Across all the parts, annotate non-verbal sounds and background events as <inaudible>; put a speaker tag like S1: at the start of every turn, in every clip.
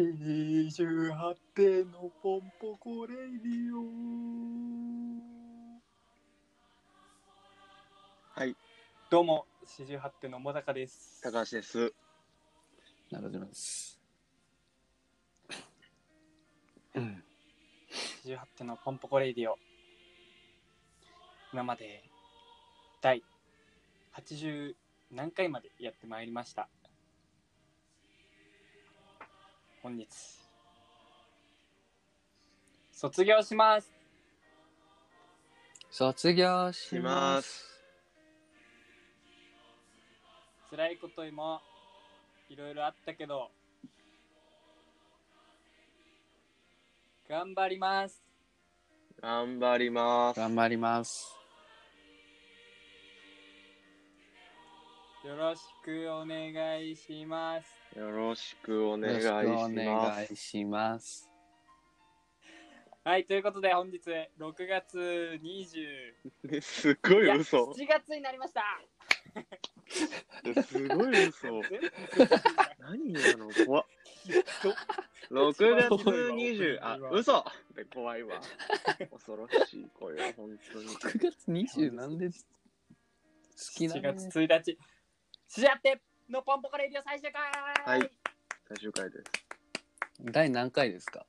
S1: 28点のポンポコレイディオ
S2: はい、
S1: オどうも48点のもだかです
S2: 高橋です。
S3: 中島です。
S1: 48点のポンポコレイディオ今まで第80何回までやってまいりました本日卒業します
S3: 卒業します。
S2: す。
S1: 辛いこともいろいろあったけど頑張ります
S2: 頑張ります。
S3: 頑張ります。
S1: よろしくお願いします
S2: よろしくお
S3: お
S2: 願いし
S3: お
S2: ま
S3: 願
S2: す
S3: い。します。
S1: はいということで本日6月20
S2: ねすっご
S1: いや
S2: い嘘。
S1: 7月になりました
S2: すごい嘘。
S1: 全
S2: 何なの怖っ。
S1: 部
S2: 6月
S1: 怖いわ
S2: 20、あ、嘘で怖いわ。恐ろしい声は本当に。
S3: 9月20なんで好きな
S1: 7
S3: ん
S1: 月1日 <laughs> しあってのポンポコレディオ最終回
S2: はい最終回です。
S3: 第何回ですか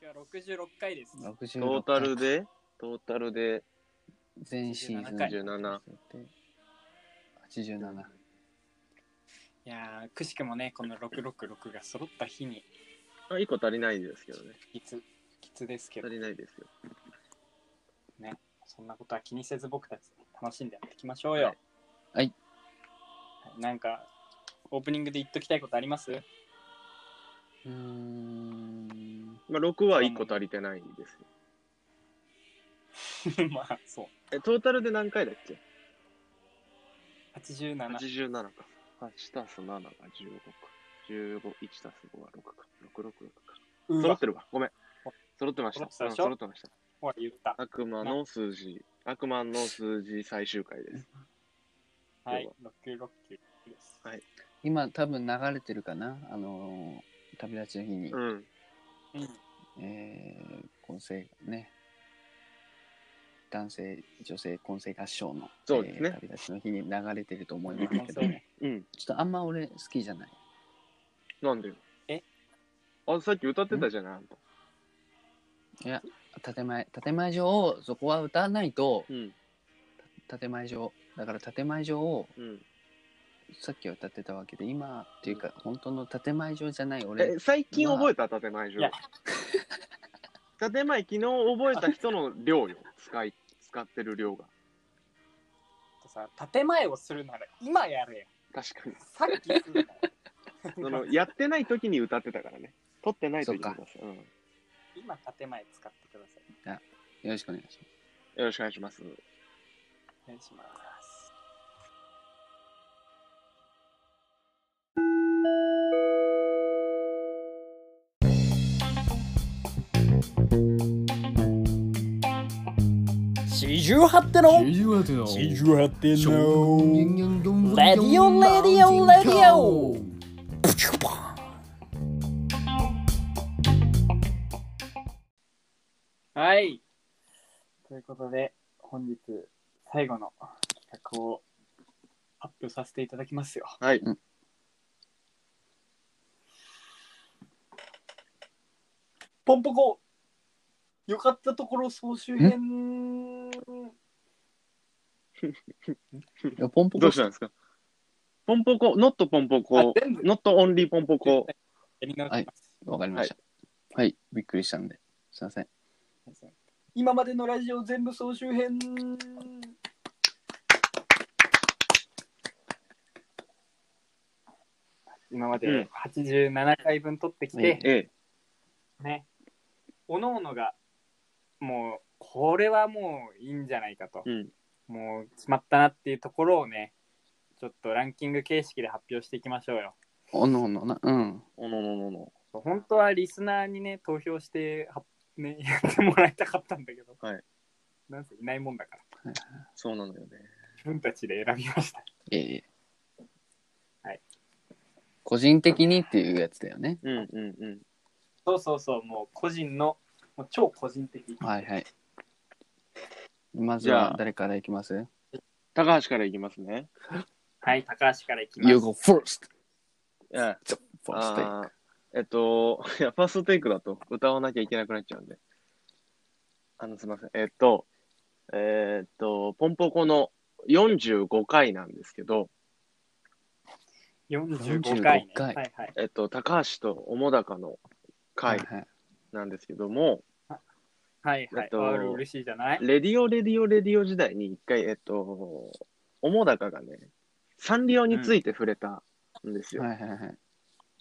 S1: 今日は66回です
S3: ?66
S2: トータルで、トータルで
S3: 全シーズン
S1: はい
S2: 27。
S3: 87。
S1: いやーくしくもねこの666が揃った日に
S2: あ、1個足りないですけどね。
S1: きつきつですけど
S2: 足りないですよ。
S1: そんなことは気にせず僕たち楽しんでやっていきましょうよ。
S3: はい
S1: はい。なんか、オープニングで言っときたいことあります <laughs>
S3: うーん。
S2: まあ、6は1個足りてないですよ。
S1: まあ、そう。
S2: え、トータルで何回だっけ
S1: 87。
S2: 87か。8たす7が15か。15、1たす5は6か。666か。
S1: う
S2: 揃
S1: わ
S2: っ、てるわ。ごめん
S1: お。
S2: 揃ってました。
S1: 揃ってたで
S2: うん
S1: しょ
S2: 揃ってました。
S1: ほら、言った。
S2: 悪魔の数字。悪魔の数字最終回です。
S1: はい。669です。
S2: はい
S3: 今多分流れてるかなあのー、旅立ちの日に、
S2: うん。
S1: うん。
S3: えー、混声ね。男性、女性混声合唱の、
S2: そうですね
S3: えー旅立ちの日に流れてると思いますけど
S1: 混声
S3: ね。
S2: うん。
S3: ちょっとあんま俺好きじゃない。
S2: なんで
S1: え
S2: あ、さっき歌ってたじゃないあんた。
S3: 建前、建前上をそこは歌わないと、
S2: うん。
S3: 建前上、だから建前上を
S2: うん。
S3: さっきは歌ってたわけで、今っていうか、本当の建前上じゃない俺
S2: え、、最近覚えた建前上
S1: いや。
S2: 建前昨日覚えた人の量よ。使い、使ってる量が。
S1: とさ、建前をするなら今やれよ。
S2: 確かに。
S1: さっきするなら
S2: その、やってない時に歌ってたからね。撮ってない時に歌ってた。うん。よ
S1: 今、建前使ってください。
S3: よろしくお願いし
S2: ろしくお願いします。
S1: お願いします。
S4: 四十八手の
S1: 어?
S4: 四十八手のレディオレディオレディオプチュパン
S1: はい。ということで、本日最後の企画を発表させていただきますよ。
S2: はい。
S1: ポンポコよかったところ総集編
S3: ます。いやポンポ
S2: ど
S3: コ
S2: うしたんですかポンポコ、ノットポンポ
S1: あ
S2: コ、
S1: 全部
S2: ノットオンリーポンポコ。
S1: やり直します、
S3: わかりました、はい。びっくりしたんで、すいません。
S1: 今までのラジオ全部総集編今ま
S2: うん
S1: で87回分取ってきて、
S2: ええ。
S1: ね、おのおのが、もう、これはもういいんじゃないかと、
S2: うん。
S1: もう決まったなっていうところをね、ちょっとランキング形式で発表していきましょうよ。
S3: おのおのな、うん。
S2: おのののの。
S1: そう本当はリスナーにね、投票しては、ね、 <laughs> やってもらいたかったんだけど、
S2: はい
S1: なんせいないもんだから、
S2: そうなのよね。
S1: 自分たちで選びました。
S3: ええ個人的にっていうやつだよね。
S2: うんうんうん。
S1: そうそうそう、もう個人の、もう超個人的。
S3: はいはい。まず
S2: じゃ
S3: は
S2: あ
S3: 誰からいきます
S2: 高橋からいきますね。
S1: はい、高橋からいきます。
S3: ?You go first!
S2: うん。
S3: first take.
S2: あーえっと、いや、ファーストテイクだと歌わなきゃいけなくなっちゃうんで。あの、すみません。えっと、えーっと、ポンポコの45回なんですけど、
S1: 45回、ね。
S3: 45回
S1: はいはい。
S2: えっと、高橋と面高の回
S3: はい。
S2: なんですけども、
S1: はいは
S2: え
S1: い
S2: っ。と
S1: あー嬉しいじゃない
S2: <laughs> レディオ、レディオ、レディオ時代に一回、えっと、面高がね、サンリオについて触れたんですよ。
S3: はいはいはい。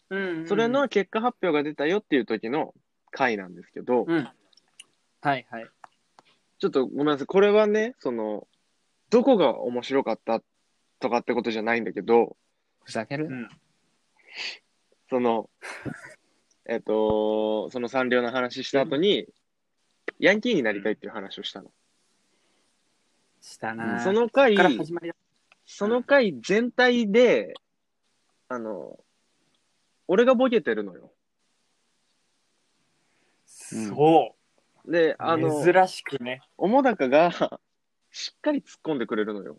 S1: うんうん
S2: それ、の結果発表が出たよっていう時の回なんですけど、
S1: うん。はいはい。
S2: ちょっとごめんなさい。これはね、その、どこが面白かったとかってことじゃないんだけど、
S3: ふざけ
S1: う
S3: る
S1: ん <laughs>
S2: その、えっと、そのサンリオの話した後に、ヤンキーになりたいっていう話をしたの。
S1: したなー
S2: その回、
S1: から始まりだ
S2: その回全体で、あの、俺がボケてるのよ。
S3: うん
S1: そ
S2: で、あの
S1: う。、珍しくね。
S2: 面高がしっかり突っ込んでくれるのよ。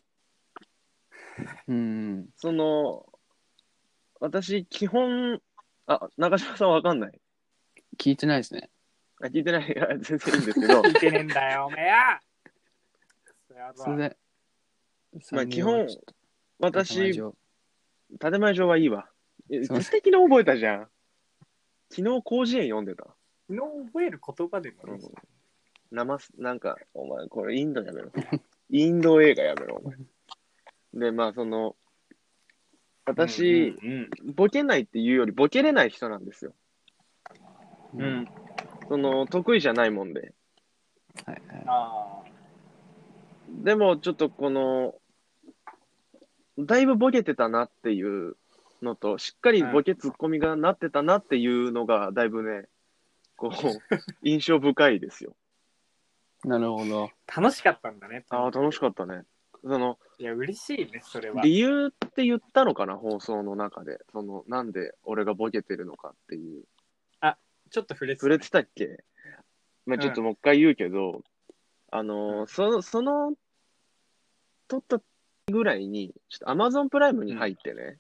S3: うん。
S2: その、私、基本、あ、中島さんわかんない。
S3: 聞いてないですね。
S2: あ聞いてない <laughs> あ全然いいんですけど
S3: <laughs>
S1: 聞、いてねえんだよ、おめえやそやば
S3: それで。
S2: まあ基本
S3: ちょっと
S2: 私、
S3: ちょっ
S2: 建前上はいいわ。え
S3: すいません
S2: 素敵な覚えたじゃん。昨日、広辞苑読んでた。
S1: 昨日覚える言葉でもね、
S2: 生す、なんか、お前、これインドやめろ。インド映画やめろ、お前。で、まあ、その、私、
S1: うん
S2: ボケないっていうより、ボケれない人なんですよ。
S3: と
S1: うん、う
S3: うん
S1: ん、
S2: その、得意じゃないもんで。
S3: はいはい
S1: あ
S2: でも、ちょっとこの、だいぶボケてたなっていうのと、しっかりボケツッコミがなってたなっていうのが、だいぶね、こ
S1: <laughs>
S2: う、印象深いですよ。
S3: なるほど。
S1: ー楽しかったんだね。
S2: ああ、楽しかったね。その、
S1: いや、嬉しいね、それは。
S2: 理由って言ったのかな、放送の中で。その、なんで俺がボケてるのかっていう。
S1: ちょっと触れてた
S2: 触れてたっけまあ、ちょっともう一回言うけど、あのー、その、その、撮ったぐらいに、ちょっと Amazon プライムに入ってね、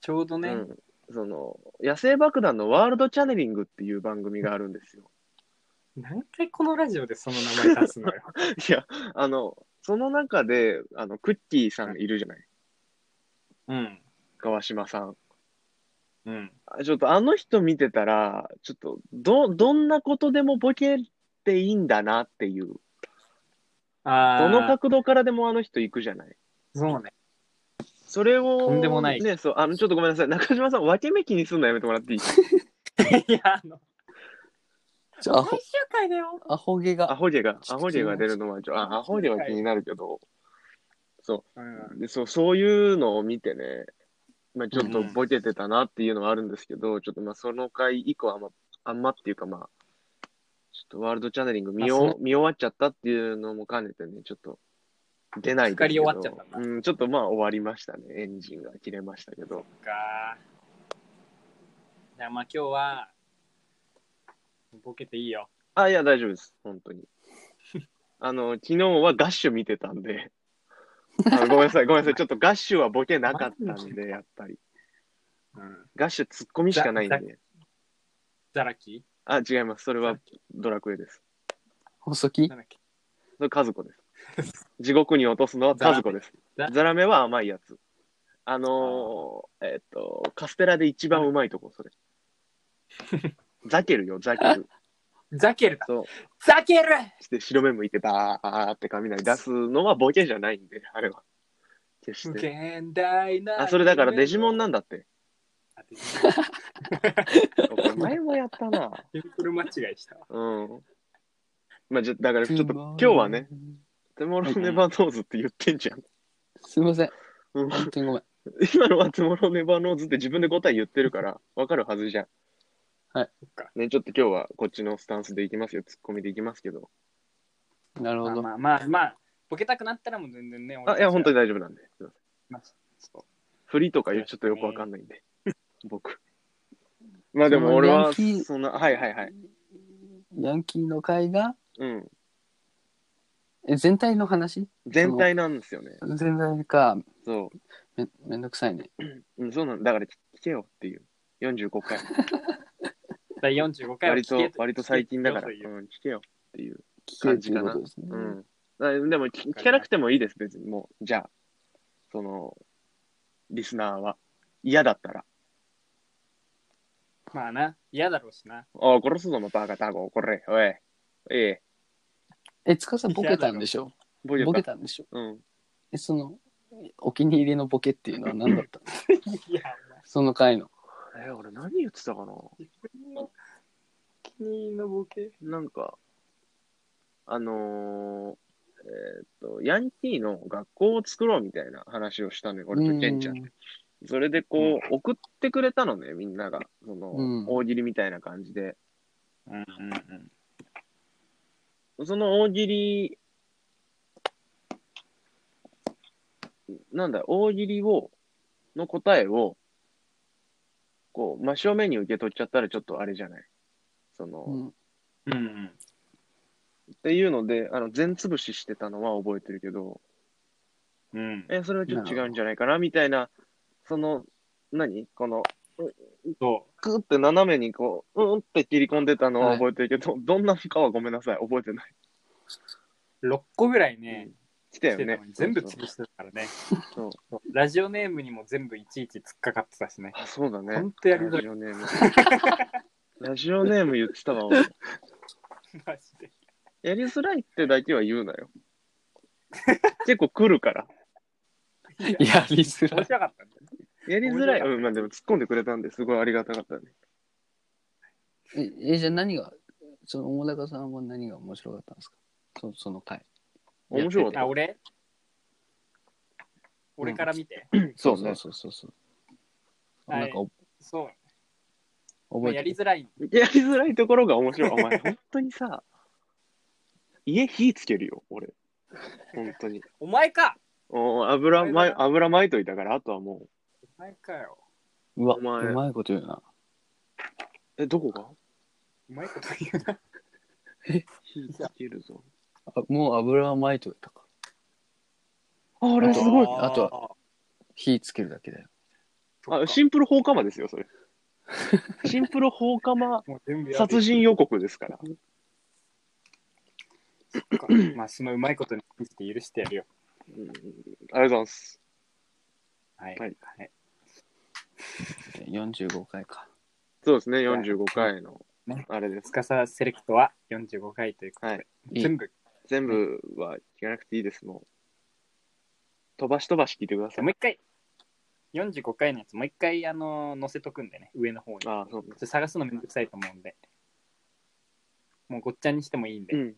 S1: ちょうどね、
S2: うん、その野生爆弾のワールドチャネリングっていう番組があるん <laughs> ですよ。
S1: 何回このラジオでその名前出すのよ。
S2: いや、あの、その中で、あの、クッキーさんいるじゃない、
S1: うん。
S2: 川島さん。
S1: うん。
S2: あちょっとあの人見てたら、ちょっと、ど、どんなことでもボケていいんだなっていう、
S1: ああ、
S2: どの角度からでもあの人行くじゃない
S1: そう
S2: <laughs>
S1: ね。
S2: それを、
S1: とんでもない
S2: ね、そう、あの、ちょっとごめんなさい。中島さん、分け目気にすんのやめてもらっていい
S1: いや、あの、
S3: じゃあ、ア
S1: 最
S3: ホ
S1: 終回だよ。
S3: アホ毛が。
S2: アホ毛が、アホ毛が出るのは、ちょ、あ、アホ毛は気になるけど、そう、
S1: うん。
S2: でそうそういうのを見てね、まあ、ちょっと
S1: うん
S2: ボケてたなっていうのはあるんですけど、ちょっとまあその回以降あんま、あんまっていうかまあ、ちょっとワールドチャネリング見
S1: あ
S2: よ
S1: そう
S2: 見終わっちゃったっていうのも兼ねてね、ちょっと出ないですけ
S1: すっ
S2: ど
S1: かり終わっちゃったんだ
S2: うん、ちょっとまあ終わりましたね。エンジンが切れましたけど。
S1: か。じゃあ、まあ今日は、ボケていいよ。
S2: あ、いや大丈夫です。
S1: <laughs>
S2: 本当に。あの、昨日はガッシュ見てたんで、あのごめんなさい、ごめんなさい。ちょっとガッシュはボケ
S1: <laughs>
S2: なかったんで、やっぱり。
S1: うん。
S2: ガッシュツッコミしかないん
S1: ざざ
S2: で。
S1: ザラキ
S2: あ、違います。それはドラクエです。
S3: 細木
S1: なんだっけ
S2: それ、カズコです。地獄に落とすのはカズコです。
S1: ザラメ
S2: ザラメは甘いやつ。あのー、えっと、カステラで一番うまいとこ、
S1: <laughs>
S2: それ。ザケルよ、ザケル。
S1: ザケルだ。
S2: そう。
S1: ザケル
S2: して、白目向いてバーって雷出すのはボケじゃないんで、あれは。決して。
S1: 現代な。
S2: あ、それだからデジモン
S1: <laughs>
S2: なん
S1: だ。
S2: だって。
S1: デジモン
S2: お前もやったな。
S1: シンプル間違いしたわ。
S2: うん。まあ、じゃ、だからちょっと今日はね、。テモロネバーノーズって言ってんじゃん。
S3: すいません。
S2: うん
S3: 本当にごめん。
S2: <laughs> 今のはトゥモローネバーノーズって自分で答え言ってるから、わかるはずじゃん。
S3: はい
S1: そっか。
S2: ね、ちょっと今日はこっちのスタンスでいきますよ。ツッコミでいきますけど。
S3: なるほ
S1: まあ
S3: ど。
S1: まあまあまあ、ボケたくなったらもう全然ね、
S2: あ、いや、本当
S1: に。
S2: に大丈夫なんで。すいません。
S1: まあそう
S2: フ振りとかよちょっとよくわかんないんで、僕。まあでも俺は、
S3: そのヤンキー
S2: そんな、はいはいはい。
S3: ヤンキーの会が、
S2: うん。
S3: え、全体の話
S2: 全体なんですよね。
S3: 全体か、
S2: そ
S3: めめんどくさいね。
S2: う。うん、そうなんだ。から聞けよっていう。45回。
S1: 第45回は
S2: 割
S1: 聞
S2: と
S1: け、
S2: 割と最近だから。う、
S1: 聞けよというん
S2: 聞けよっていう。
S3: 聞けるということですね。
S2: うん。だでも聞聞かなくてもいいです、別に。もう、じゃあ、その、リスナーは。嫌だったら。
S1: まあな、嫌だろうしな。 <laughs>
S2: おい殺すぞ、もうバカタゴ、これ、おい。ええ、
S3: え、つかさんボケたんでしょ
S2: ボケ
S3: ボケ
S2: た。
S3: たんでしょ
S2: うん。
S3: え、その、お気に入りのボケっていうのは何だったの
S1: いや、
S3: <laughs> その回 <laughs> の。
S2: え、俺何言ってたかな
S1: 自分の気に入りのボケ。
S2: なんか、あのーえーっと、ヤンキーの学校を作ろうみたいな話をしたのよ、俺とケンちゃん。それでこう、送ってくれたのね、みんなが。その、
S3: うん
S2: 大喜利みたいな感じで。
S3: うんうんうん
S2: その大喜利、なんだ、大喜利を、の答えを、こう、真正面に受け取っちゃったらちょっとあれじゃない。その、
S3: うん。
S1: うん。
S2: っていうので、あの、全潰ししてたのは覚えてるけど、
S1: うん。
S2: え、それはちょっと違うんじゃないかな、みたいな、その、何この、
S1: そ
S2: グーって斜めにこう、うんって切り込んでたのは覚えてるけど、どんなのかはごめんなさい、覚えてない。
S1: う。6個ぐらいね、
S2: 来た
S1: 来
S2: よ
S1: てた
S2: ね
S1: のに。全部
S2: そうそう
S1: 潰してたからね。
S2: そう
S1: ラジオネームにも全部いちいち突っかかってたしね。
S2: あ、そうだ
S1: ほ
S2: ね
S1: ん。とやりづ
S2: ラ
S1: らい
S2: ジ。オネーム。 <laughs> ラジオネーム言ってたわ、俺
S1: マジで。
S2: やりづらいってだけは言うな
S1: <laughs>
S2: よ。結構来るから。
S3: やりづら
S1: 面
S3: い。
S1: 白かったんだよね。
S2: やりづら
S1: 面白かっ
S2: い。
S1: た
S2: うん、まあでも突っ込んでくれたんですごいありがたかったね。
S3: え、 <laughs> えじゃあ何が、その、大高さんは何が面白かったんですかそその回。
S2: 面白かっ
S1: あ、
S2: た。
S1: 俺俺から見て。
S2: そうね
S3: そうそうそうそう。
S1: はい
S3: なんかお
S1: そう。ま
S3: 覚
S1: あ
S3: えて
S1: や
S3: る
S1: りづらい。
S2: やりづらいところが面白い。お
S1: <laughs>
S2: 前、本当にさ、家火つけるよ、俺。本当に。
S1: お前か
S2: お油まい、油まいといたから、あとはもう。
S1: お前かよ。
S3: うわ、
S2: お前
S3: うまいこと言うな。
S2: え、どこが
S1: うまいこと言うな。
S2: 火つけるぞ。
S3: あもう油はまいといたか。
S2: あ、俺すごい。
S3: あと火つけるだけだよ。
S1: あ
S2: あ、シンプル放火魔ですよ、それ。
S1: <laughs>
S2: シンプル放火魔
S1: もう全部やる
S2: 殺人予告ですから。
S1: まあ、そのうまいことについて許してやるよ。
S2: うんありがとうございます。
S1: はい。
S2: はい
S1: はい、
S3: で45回か。
S2: そうですね、45回の
S1: ね、
S2: あれです。
S1: つかさセレクトは45回ということで、
S2: はい
S3: いい
S1: 全部、
S2: 全部は聞かなくていいです、もう。飛ばし飛ばし聞いてください
S1: もう。一回、45回のやつ、もう一回、あのー載せとくんでね、上の方に。ちょ
S2: あ、そう。
S1: っと探すのめんどくさいと思うんで。もうごっちゃにしてもいいんで、
S2: うん。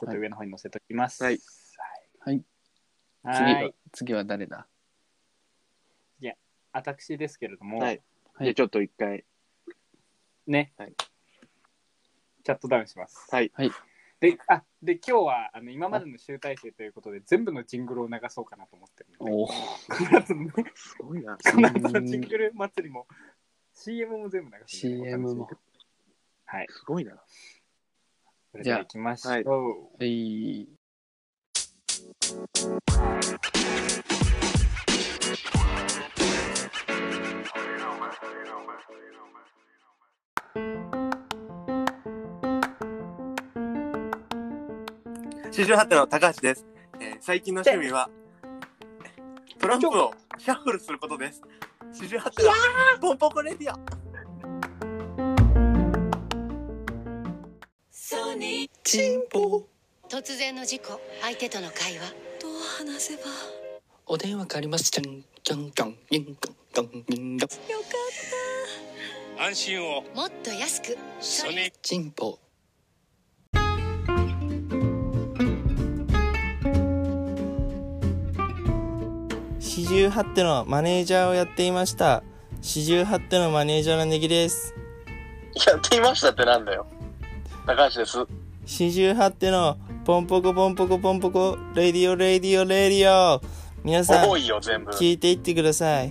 S1: ちょっと上の方に載せときます。
S2: はい。
S3: はい。
S1: は
S3: 次
S1: い。
S3: は、次は誰だ
S1: 私ですけれども、
S2: はい
S3: はい
S2: じゃあちょっと一回。
S1: ね、
S2: はい
S1: チャットダウンします。
S2: はい。
S3: はい。
S1: で、あ、で、今日は、あの、今までの集大成ということで、全部のジングルを流そうかなと思ってるんで。
S3: おお。
S1: この後のね、
S2: すごいな。
S1: この後のジングル祭りも、CM も全部流して、
S3: CM も。
S1: はい。
S2: すごいな。
S1: それでは行きましょう。
S2: はい
S3: はい。
S5: 四十八手の高橋です、えー最近の趣味はトランプをシャッフルすることです四十八手のポンポコレディオ
S6: 突然の事故相手との会話
S7: どう話せば
S8: お電話変わります。じゃんじゃんじゃんじゃんじゃんじゃんじゃん
S7: よかっ
S9: 安心を
S6: もっと安く
S9: ソニー
S8: チンポ。
S10: 四十八手のマネージャーをやっていました四十八手のマネージャーのネギです
S11: やっていましたってなんだよ。高橋です。
S10: 四十八手のポンポコポンポコポンポコレディオレディオレディオ皆さん
S11: 重いよ全部
S10: 聞いていってください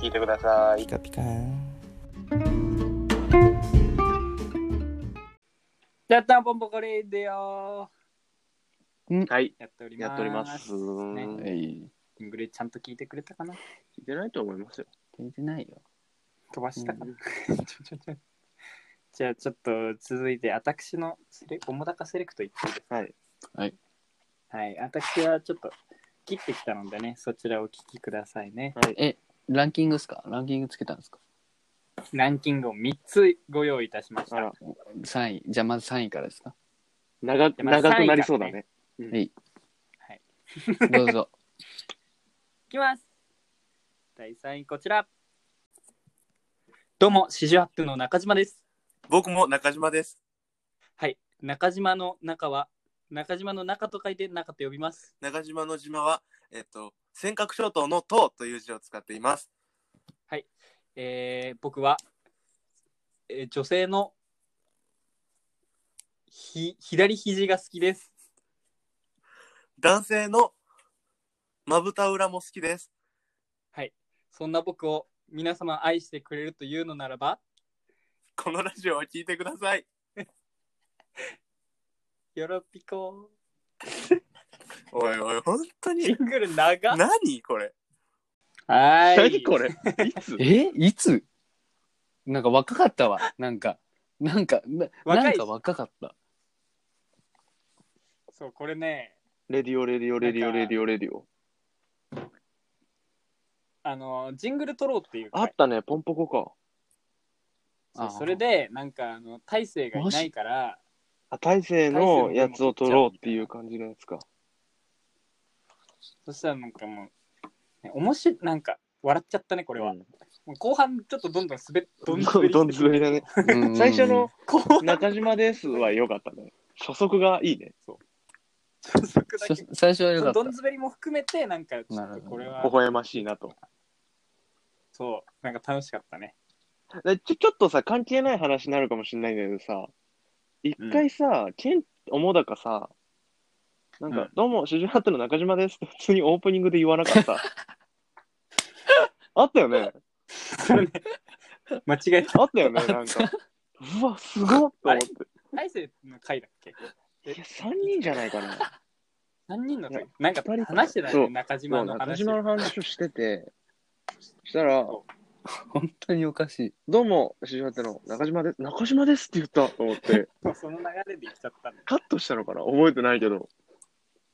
S11: 聞いてください
S10: ピカピカン
S1: やったんぽんぽこレディオ
S2: はい。
S1: やっております。
S2: やっております。
S1: ね
S3: えい
S1: キングレちゃんと聞いてくれたかな
S2: 聞いてないと思いますよ。
S3: 聞いてないよ。
S1: 飛ばしたかな、 <laughs> ちょちょちょじゃあちょっと続いて私のセレおもだかセレクトいっていいですか
S2: はい。
S3: はい。
S1: はい。私はちょっと切ってきたのでね、そちらをお聞きくださいね。
S3: え、ランキングですかランキングつけたんですか
S1: ランキングを3つご用意いたしまし
S2: あら
S1: た。
S3: 三位。じゃあまず3位からですか
S2: 長く、
S1: まあ
S2: 長くなりそうだね。
S3: どうぞ。
S1: いきます第3位こちらどうも四十八分の中島です
S5: 僕も中島です。
S1: はい中島の中は中島の中と書いて中と呼びます
S5: 中島の島は、えっと、尖閣諸島の島という字を使っています。
S1: えー、僕は、えー女性のひ左肘が好きです
S5: 男性のまぶた裏も好きです。
S1: そんな僕を皆様愛してくれるというのならば
S5: このラジオは聞いてください。
S1: よろぴこ
S5: おいおい、本当
S1: シ
S5: に
S1: ン。グル長は
S5: 何これ。
S1: ーい
S2: <laughs> 何これいつ
S3: えいつなんか若かったわ。なんか、なんか、な
S1: 若
S3: ないん
S1: し
S3: か若かった。
S1: そうこれね
S2: レディオ、レディオ、レディオ、レディオ、レディオ。
S1: あのジングル取ろうっていう回
S2: あったね、ポンポコか。
S1: そう
S3: あー
S1: それでなんかあの大勢がいないから
S2: あ、大勢のやつを取ろうっていう感じのやつか。
S1: そしたらなんかもう、ね、面白いなんか笑っちゃったねこれは、
S2: うん
S1: もう後半ちょっとどんどん滑っどんど
S2: どん
S1: ん <laughs>
S2: ずべりだね。
S3: うん
S2: 最初の
S1: 後半
S2: 中島ですは良かったね。初速がいいね。
S1: 初速だ
S3: そ
S1: け
S3: 最初はよかった
S1: どん。ずべりも含めてなんかちょっとこれは
S2: 微笑ましいなと。
S1: そうなんか楽しかったね <laughs>
S2: でちょ、ちょっとさ、関係ない話になるかもしれないんだけどさ、一回さ、ケン、おもだかさ、なんか、
S1: うん
S2: どうも、主人ハットの中島ですって普通にオープニングで言わなかった。あったよね
S1: それね間違えた
S2: あったよねなんか。うわ、すごっと思って。
S1: 大勢の回だっけ
S2: いや、3人じゃないかな。
S1: 何人の時
S2: いや
S1: なんか
S2: 二人
S1: 話してた
S2: そ
S1: よ
S2: う
S1: ね中
S2: そ
S1: 島
S2: う
S1: の
S2: 中
S1: 話
S2: 島の話をしてて、したら、
S1: そ
S3: 本当におかしい。
S2: どうも、主人ハットの中島です、中島ですって言ったと思って、
S1: そうその流れで言っちゃったんだ
S2: カットしたのかな覚えてないけど。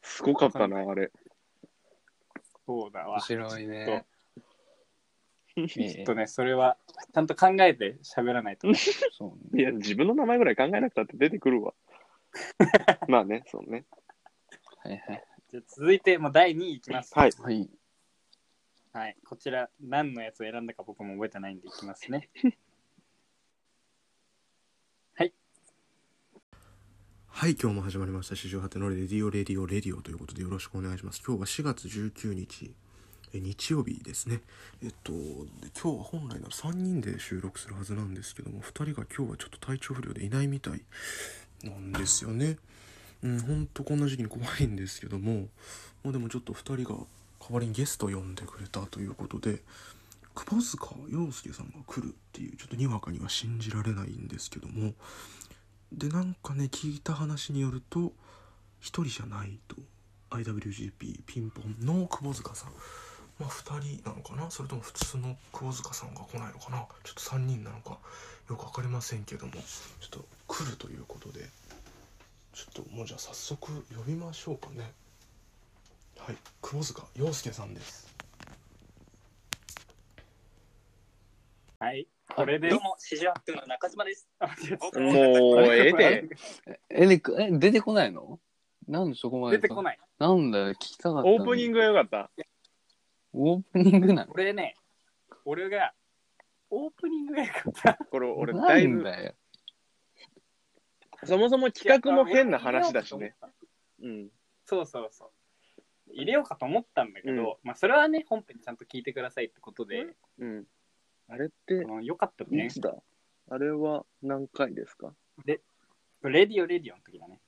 S2: すごかったな、あれ。
S1: そうだわ
S3: 面
S1: ちょ
S3: 白いね。
S1: っとねそれはちゃんと考えて喋らない
S2: <laughs>
S1: とね
S3: そう
S2: い
S3: ね。
S2: や、自分の名前ぐらい考えなくたって出てくるわ。まあね、そうね。
S3: はいはい
S1: じゃあ続いてもう第2位いきます
S2: はい。
S3: はい。
S1: はい、こちら何のやつを選んだか僕も覚えてないんでいきますね。
S7: はい、今日も始まりました。四十八手のレディオレディオレディオということでよろしくお願いします。今日は4月19日、え日曜日ですね。えっと、で今日は本来なら3人で収録するはずなんですけども、2人が今日はちょっと体調不良でいないみたいなんですよね。うん、ほんとこんな時期に怖いんですけども、まあでもちょっと2人が代わりにゲストを呼んでくれたということで、久保塚洋介さんが来るっていう、ちょっとにわかには信じられないんですけども、でなんかね聞いた話によると一人じゃないと IWGP ピンポンの窪塚さんまあ2人なのかなそれとも普通の窪塚さんが来ないのかなちょっと3人なのかよく分かりませんけどもちょっと来るということでちょっともうじゃあ早速呼びましょうかねはい窪塚洋介さんです
S1: はい、これでどうも、シジュアップの中島です。あ違う
S2: もう、ええで。
S3: え、で、え、出てこないのなんでそこまで
S1: 出てこ
S3: い。
S1: ない。
S3: なんだよ、聞きたかっ
S2: <laughs>
S3: た。
S2: オープニング
S3: グ。
S2: が良かった。
S3: オープニング
S1: <laughs>
S3: なの
S1: これね、俺がオープニングが良かった。
S2: これ、俺、
S3: な
S2: だい
S3: ん
S2: ぶ、
S3: だよ。
S2: そもそも企画も変な話だしね。。うん。
S1: そうそうそう。入れようかと思ったんだけど、まあそれはね、本編ちゃんと聞いてくださいってことで、
S2: うん。あれって
S1: こ、の良かった
S2: い
S1: ね。
S2: つだあれは何回ですか
S1: レディオレディオの時だね。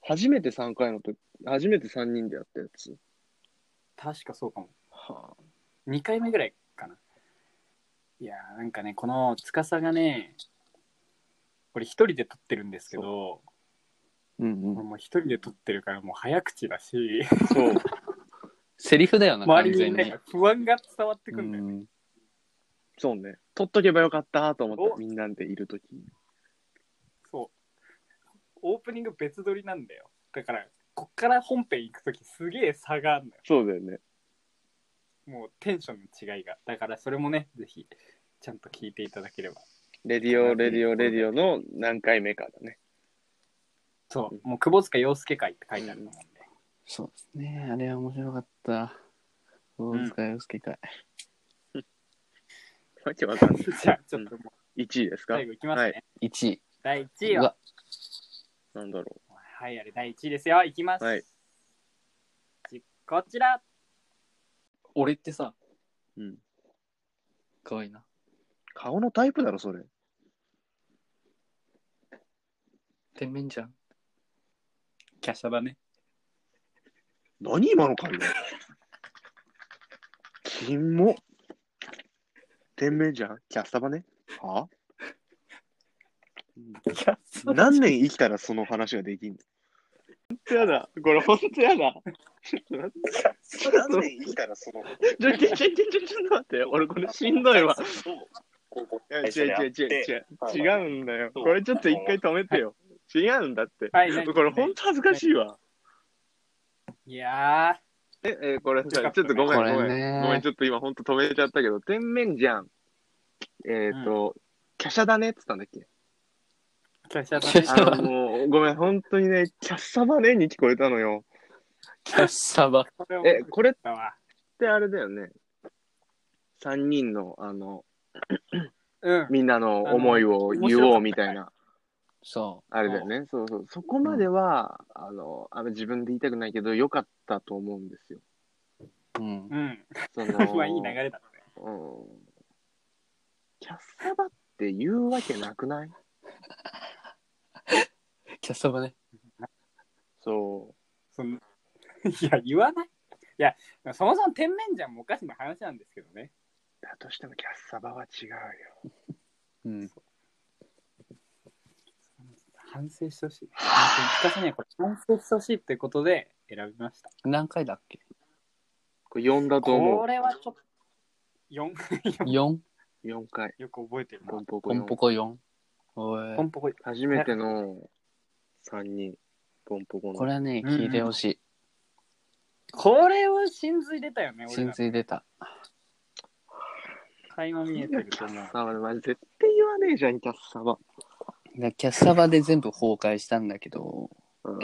S2: 初めて3回の時、初めて3人でやったやつ。
S1: 確かそうかも。2回目ぐらいかな。いやーなんかね、この司がね、これ一人で撮ってるんですけど、
S3: うん
S2: <laughs>
S3: うん。
S1: もう一人で撮ってるからもう早口だし、
S3: そう。セリフだよな、
S1: 周
S3: 完
S1: り
S3: 全
S1: に
S3: に。
S1: ね、不安が伝わってくるんだよね。
S2: そうね。取っとけばよかったと思った、みんなでいるとき。
S1: そう。オープニング別撮りなんだよ。だから、こっから本編行くときすげえ差があるのよ。
S2: そうだよね。
S1: もうテンションの違いが。だからそれもね、ぜひ、ちゃんと聞いていただければ。
S2: レディオ、レディオ、レディオの何回目かだね。
S1: そう、もう窪塚洋介会って書いてあるのもんで。
S2: <laughs>
S3: そうですねえ、あれは面白かった。どうですか、洋介会。
S2: わけわかんない。
S1: じゃあ、ちょっとも
S2: う。1位ですか
S1: 最後いきますね
S2: はい。
S3: 1位。
S1: 第1位
S2: う
S1: は
S2: わ、なんだろ
S1: はい、あれ第1位ですよ。いきます。
S2: はい
S1: ちこちら。
S3: 俺ってさ、
S2: うん。
S3: 可愛いな。
S2: う。顔のタイプだろ、それ。
S3: 天面じゃん。
S1: 華奢だね。
S2: 何今の会話。キモ。天命じゃんキャスタバね。は何年生きたらその話ができんの本当やだ。これ本当やだ。何年生きたらその話ちょ、ちょ、ちょ、ちょ、ちょ、ちょっと待って。俺これしんどいわ。いや違う違う違う違う。違うんだよ。これちょっと一回止めてよ。違うんだって。
S1: はいはい
S2: これ本当恥ずかしいわ。
S1: いや
S2: え、えーこれさ、ちょっとごめん、
S3: これね
S2: ごめん。ごめん、ちょっと今ほんと止めちゃったけど、天面じゃん。えっ、と、華奢だねって言ったんだっけ
S1: ー、華奢だね。
S2: あの、もう、ごめん、本当にね、キャッサバねに聞こえたのよ。
S3: <laughs> キャッサバ。
S2: え、これっ
S1: だわ。
S2: てあれだよね。三人の、あの、
S1: うん。
S2: みんなの思いを言おうみたいな、
S3: そ
S2: あれだよね。そうそう。そこまでは、あの、あの自分で言いたくないけど、良かったと思うんですよ。
S3: う。うん。
S1: うん。 <laughs>
S2: そ <laughs> の、
S1: まあ、いい流れだね。
S2: うんキャッサバって言うわけなくない
S3: キャッサバね。
S2: そ
S1: そのいや、言わない。いや、そもそも天面じゃんもおかしな話なんですけどね。
S2: う。だとしてもキャッサバは違うよ。
S3: うん。
S1: 反省してほしい。反省聞かせないこれ反省してほしいってことで選びました。
S3: 何回だっけ
S2: これ4だと思
S1: これはちょっと、4、
S3: ?4?
S2: う。4回。
S1: よく覚えてるな
S2: ポ。ンポコ
S3: ポン
S2: 4
S3: ポ。コ 4? おい
S1: ポンポコ、
S2: 初めての3人。ポンポコの。
S3: これはね、聞いてほしい。
S1: これは真髄出たよね、俺
S3: 真
S1: ら。
S3: 髄出た。
S1: 垣間見えてる
S2: キ
S1: と
S2: ャ
S1: 思う
S2: ッ。サバマジ絶対言わねえじゃん、キャッサバ。
S3: だキャッサバで全部崩壊したんだけど、
S2: うん。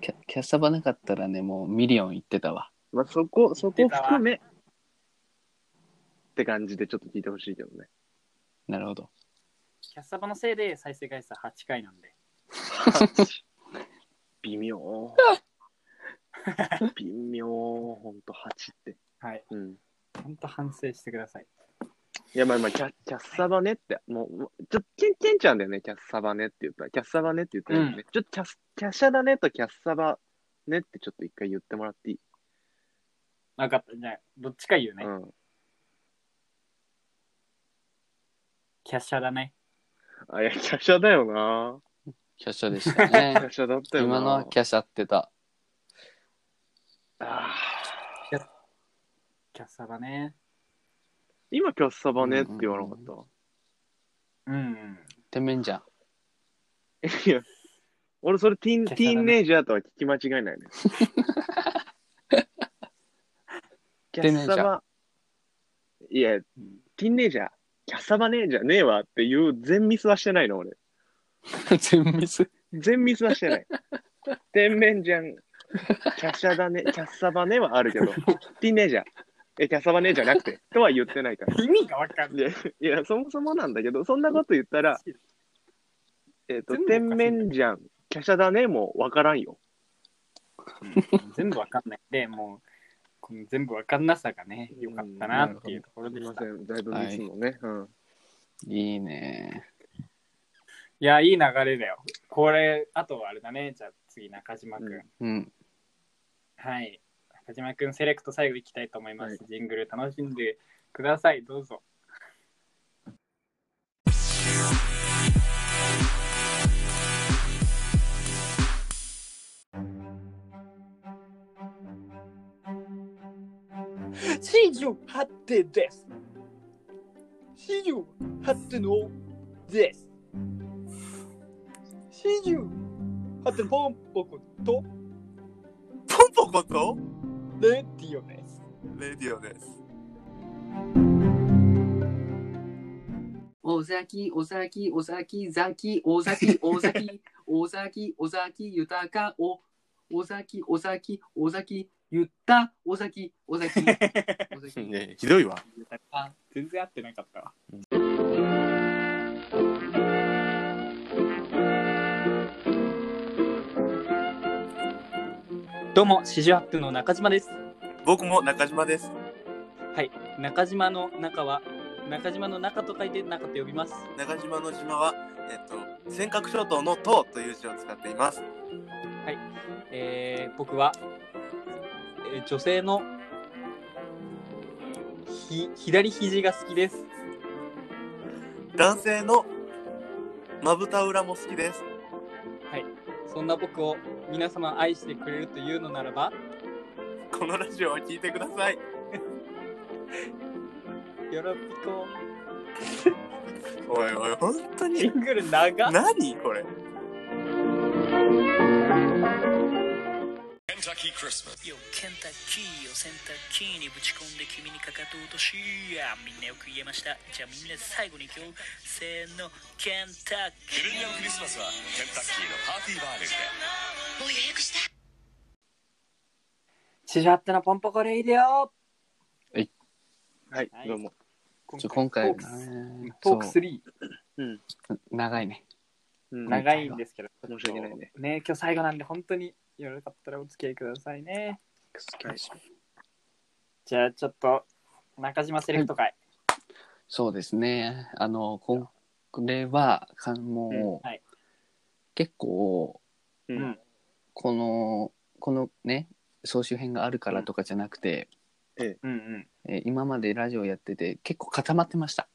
S3: キャキャッサバなかったらね、もうミリオン行ってたわ。
S2: まあ、そこ、そこ含め、って感じでちょっと聞いてほしいけど
S3: <laughs>
S2: ね。
S3: なるほど。
S1: キャッサバのせいで再生回数8回なんで。
S2: 微妙。
S3: <laughs>
S2: 微妙。ほんと、8って。
S1: はい。
S2: うん。
S1: ほんと反省してください。
S2: いや、まあまあ、キャキャッサバネって、もうもう、ちょっと、ケン、ケンちゃんだよね、キャッサバネって言ったら、キャッサバネって言ったらいいよね。ちょっと、キャス、キャシャだねとキャッサバねってちょっと一回言ってもらっていい、
S1: 分かった。じゃあ、どっちか言うね。
S2: うん。
S1: キャッシャだね。
S2: あ、いや、キャシャだよな
S3: キャッシャでした
S2: キャ <laughs>
S3: ね。
S2: シャだったよな
S3: 今のはキャッシャってた。
S2: あー
S1: キャッサバね。
S2: 今、キャッサバネって言わなかった。
S1: うんうん。
S3: てめんじゃん。
S2: いや、俺、それ、ティーン、
S1: キャ
S2: テ
S1: シャ
S2: ィ
S1: だね
S2: ーンネイジャーとは聞き間違いないね。キャッサバ、いや、ティーンネイジャー、キャッサバねえじゃねえわっていう全ミスはしてないの、俺。
S3: 全ミス。
S2: 全ミスはしてない。天面じゃん。キャシャだね、キャッサバねはあるけど、ティーネージャー。え、キャッサバねじゃなくて、とは言ってないから。
S1: 意味が分かんない。
S2: でいや、そもそもなんだけど、そんなこと言ったら、えっ、と、
S1: 全
S2: 天
S1: 部おかしい
S2: 面じゃん、キャシャだねもわからんよ。
S1: 全部分かんないんで、もう、この全部分かんなさがね、よかったなっていうところ
S2: す
S1: で
S2: みま
S1: した。
S2: せ
S1: い
S2: ん、だいぶミスもね。うん。
S3: いいね。
S1: や、いい流れだよ。これ、あとはあれだね。じゃあ次、中島くん。
S2: うん
S3: うん。
S1: はい。田島くんセレクト最後いきたいと思います。ジングル楽しんでください。どうぞ。
S12: 四十八手です。四十八手のです。四十八手のポンポコと
S5: ポンポコと
S12: レディオです。
S5: レディオです。
S13: お先、お先、お先、ざき、お先、お
S3: <laughs>
S13: 先、お先、お先、ゆたか、お、お先、お先、お先、ゆった、お先、お先。
S5: ねひどいわ。
S1: あ、全然合ってなかったわ。どうも、四十八分の中島です。
S5: 僕も中島です。
S1: はい、中島の中は、中島の中と書いて中と呼びます。
S5: 中島の島は、えっと、尖閣諸島の島という字を使っています。
S1: はい、えー、僕は、えー女性のひ左肘が好きです。
S5: 男性のまぶた裏も好きです。
S1: はい、そんな僕を皆様愛してくれるというのならば、
S5: このラジオは聞いてください。
S1: よろぴこ。
S5: おいおい、本当に。
S1: ジングル長
S5: っ。何これ。
S9: ケンタッキークリスマス
S14: よケンタッキーを洗濯機にぶち込んで君にかかと落としやみんなよく言えましたじゃあみんなで最後に今日せーのケンタッキー
S9: ミレニアムクリスマスはケンタッキーのパーティーバーレルで
S14: もう予約した
S1: シジャッテのポンポコレイディオ
S2: はい、どうも。
S3: ちょ今回
S1: トー
S3: ね
S1: トーク
S3: そう
S1: 3。
S2: うん。
S3: 長いね。
S1: 長いんですけど、
S2: 申し訳ないね。
S1: ね、今日最後なんで、本当によろかったらお付き合いくださいね。じゃあ、ちょっと、中島セレクト会。
S3: そうですね。あの、ここれは、かもう、
S1: はい。
S3: 結構、
S1: うん。
S3: この、このね、総集編があるからとかじゃなくて、
S1: うんうん。
S3: えー今までラジオやってて、結構固まってました。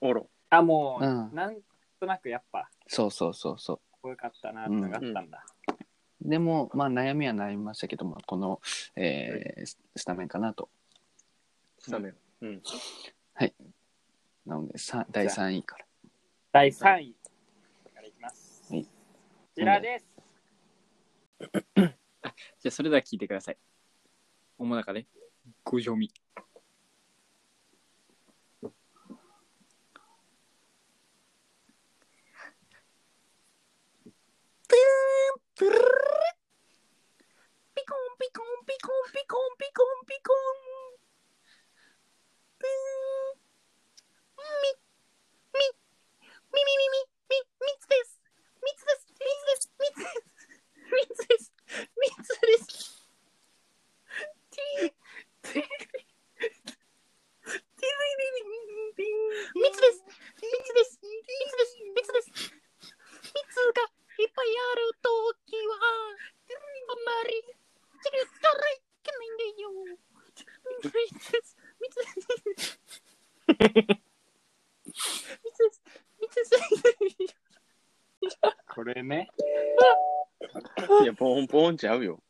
S2: おろ。
S1: あ、もう、
S3: うん
S1: なんとなくやっぱ、
S3: そうそうそうそ
S1: よかったなってのがあったんだ。
S3: う。でも、まあ、悩みは悩みましたけども、この、えーススタメンかなと。
S2: スタメン。うん。
S3: はい。なので、さ第3位から。
S1: 第3位からいきます。こ
S3: はい
S1: ちらです。
S15: じゃあそれでは聞いてください。おもなかね。ご賞味。
S16: ピコンピコンピコンピコンピコンピコン。ピーンみ、み、みみみみみ、みつです。みつです。みつです。みつです。みつです。みつです。ティー、ティー、ティー、ティー、ティー、ティー、みつです。みつです。みつです。みつです。みつがいっぱいあるときは、あんまり。ちょっとらいけないんだよ。みつです。みつです。みつです。みつです。
S1: これね。
S2: いや、ポンポンちゃうよ。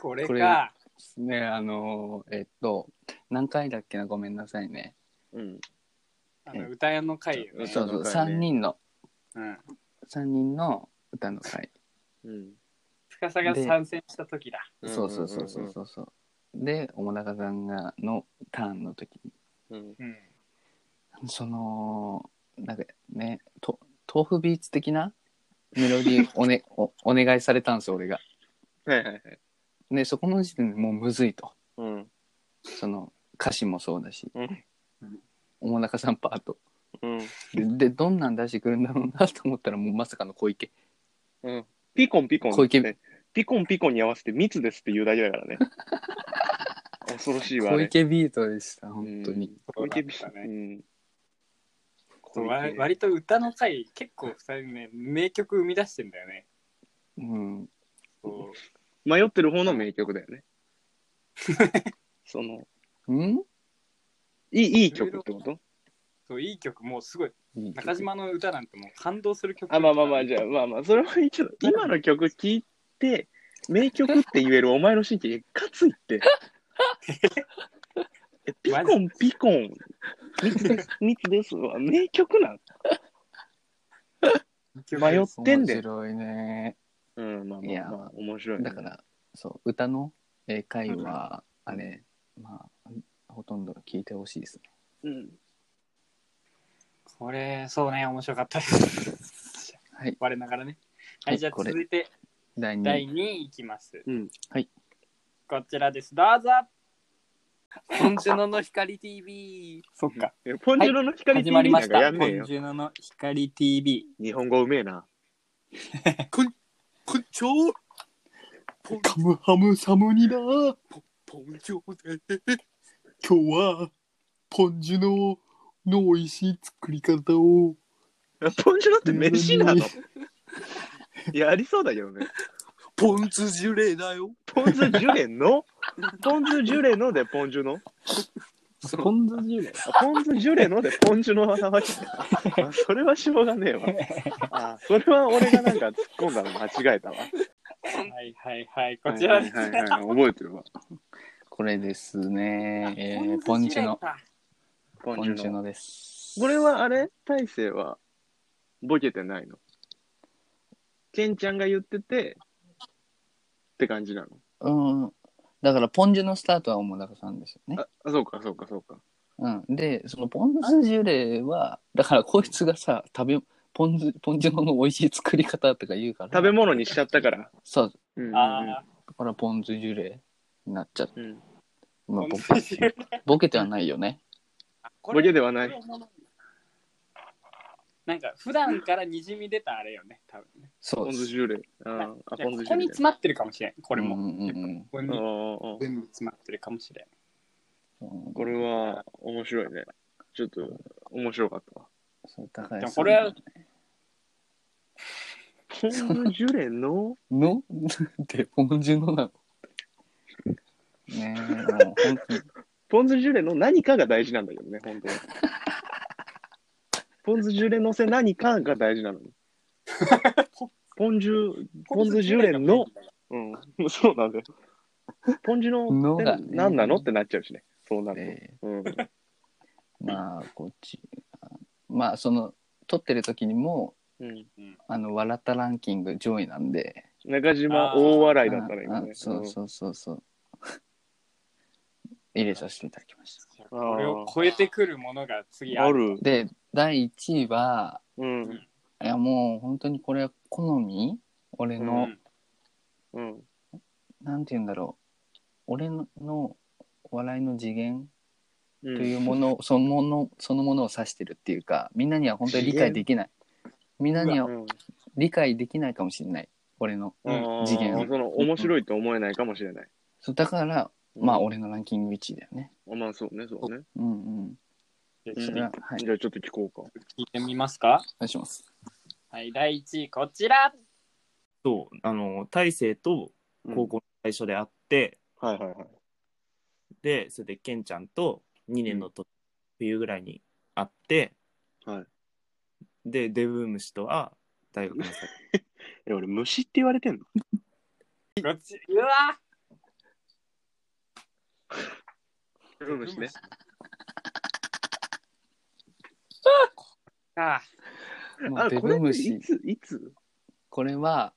S1: こ
S3: これ
S1: か。
S3: ね、あのーえっと、何回だっけな、ごめんなさいね。
S2: うん。
S1: あの歌屋の会よね。
S3: そうそう、3人の、
S1: うん。
S3: 三人の歌の会。
S2: うん。
S1: 司が参戦した時だ。
S3: そうそうそうそうそうそう。で、おもなかさんがのターンの時に、
S2: うん。
S1: うん。
S3: その、なんかね、と豆腐ビーツ的なメロディーお,、ね、おお願いされたんですよ、俺が。
S2: はいはいはい。
S3: ね、そこの時点でもうむずいと。
S2: うん。
S3: その歌詞もそうだし、
S2: うん。
S3: おもなかさんパート。
S2: うん。
S3: で、でどんなん出してくるんだろうなと思ったら、もうまさかの小池。
S2: うん。ピコンピコン、
S3: 小池
S2: ね。ピコンピコンに合わせて密ですって言うだけだ
S3: <laughs>
S2: からね。恐ろしいわ。あ
S3: 小
S2: れ
S3: 池ビートでした、本当に。
S2: 小池美うん。
S1: そうわ割と歌の回結構2人ね名曲生み出してんだよね
S3: うん。
S2: 迷ってる方の名曲だよね。 <laughs> その、
S3: ん
S2: いい、いい曲ってこと
S1: そういい曲もうすごい中島の歌なんてもう感動する曲
S2: あ、まあまあまあ、じゃあ、まあまあ、それはいいけど、今の曲聴いて、名曲って言えるお前の神経、かつい <laughs> って。えピコンピコン、密です、密ですは名曲なん迷ってんで
S3: 面白いね。
S2: うん、まあ
S3: いや
S2: まあ、面白い、
S3: だから、そう、歌の英会話、あれ、まあ、ほとんど聞いてほしいですね。
S2: うん。
S1: これそうね面白かったです <laughs>
S3: はい
S1: 我ながらねは
S3: はい
S1: いじゃあ
S3: これ
S1: 続いて
S3: 第2
S1: 第2位いきます
S2: うん。
S3: はい。
S1: こちらですどうぞポンジュノの光 TV そっか
S2: ポンジュノの光 TV
S1: はい始まりまし
S2: なん
S1: た
S2: かやんねえよ
S1: ポンジュノの光 TV
S2: 日本語うめえな。
S5: こんちょ
S4: カムハムサムニだ今
S5: ポンチョで
S4: 日はポンジュのの美味しい作り方を
S2: ポンジュのって飯なのいや、ありそうだけどね。
S5: ポン酢ジュレだよ。
S2: ポン酢ジュレのポン酢ジュレのでポンジュの
S1: ポン酢ジュレ
S2: ポン酢ジュレのでポンジュのなわけねあそれはしょうがねえわ。あそれは俺がなんか突っ込んだの間違えたわ。
S1: はいはいはいこちらです
S2: はいはいはいはい、覚えてるわ。
S3: これですね、えーポ
S1: ポ
S3: ン
S1: ン
S3: チ
S1: 酢
S3: ュノ。
S2: ポ
S3: ポンチュノです。
S2: これはあれ大勢はボケてないのケンちゃんが言っててって感じなの
S3: うん。だから、ポンジュのスタートは主高さんですよね。
S2: あ、そうかそうかそうか。
S3: うん。で、そのポン酢ジュレは、だからこいつがさ、食べ、ポン酢、ポンジュノの美味しい作り方とか言うから。
S2: 食べ物にしちゃったから。
S3: そう。
S2: うんうんう
S1: <laughs>
S2: ん
S1: あ
S3: だから、ポン酢ジュレになっちゃって。
S2: うん
S3: まあ、
S1: ポン
S3: ボ
S1: 酢ジュレ
S3: ボケてはないよね。
S1: こ
S2: ボ
S1: れ
S2: ケではない。
S1: なんか普段からにじみ出たあれよね多分ね
S3: そう
S2: ポン
S3: で
S2: 酢
S3: す。
S2: ジュレ。あーあ、
S1: じゃあこ
S2: ポン酢ジ
S1: こ
S2: ュレ
S1: に。詰まってるかもしれんこれも、
S3: うんうんうん
S1: ここ
S2: あ
S1: に
S2: ーあー
S1: 全部詰まってるかもしれん
S3: うん
S2: これは面白いね。ちょっと面白かったわ。
S3: そうだから
S1: でもこれは
S2: ポン酢ジュレの
S3: の <laughs> で、ポンジュノなの。ねえ、もう本当に。
S2: ポン酢ジュレの何かが大事なんだけどね、本当は。ポン酢ジュレのせ何かが大事なのに。ポンジュ、ポン酢ジュレの、うん、そうなんだよ。ポンジュの
S3: の
S2: って
S3: がね
S2: 何なのってなっちゃうしね、そうなる
S3: え
S2: と。うん、
S3: ーまあ、こっち。まあ、その、撮ってる時にも、
S2: うん
S3: あの、笑ったランキング上位なんで。
S2: 中島
S1: あー
S2: 大笑いだったら
S3: あ
S2: 今
S3: あ
S2: ね。
S3: そうそうそうそう。 <laughs> 入れさせていただきました。
S1: これを超えてくるものが
S2: うん
S1: 次
S2: ある。
S3: で、第1位は、
S2: うん。
S3: いやもう本当にこれは好み俺
S1: う
S3: の、
S1: ん
S2: うん。
S3: なんて言うんだろう。俺のの笑いの次元
S2: う
S3: と
S2: ん
S3: いうもの、そのもの、そのものを指してるっていうか、みんなには本当に理解できない。みんなには
S2: うん
S3: 理解できないかもしれない。俺の
S2: うん
S3: 次元。
S2: その面白いと思えないかもしれない。
S3: そうだから、まあ俺のランキング1位だよね。
S2: まあそうね、そうね。
S3: うんうん。
S1: じゃあ
S3: それは、はい。
S2: じゃあちょっと聞こうか。
S1: 聞いてみますか
S3: お願いします。
S1: はい第1位こちら
S17: そう、あの、大勢と高校の最初で会って、
S2: はいはいはい。
S17: で、それで、ケンちゃんと2年のと冬ぐらいに会って、
S2: はい
S17: で、デブ虫とは大学の先。
S2: え、俺、虫って言われてんの
S1: こっちうわ
S2: デブ虫ね。
S1: あ
S3: も
S2: あ、
S3: うデ
S2: これ
S3: ブ
S2: ってい
S3: 虫。
S2: つ、いつ
S3: これは、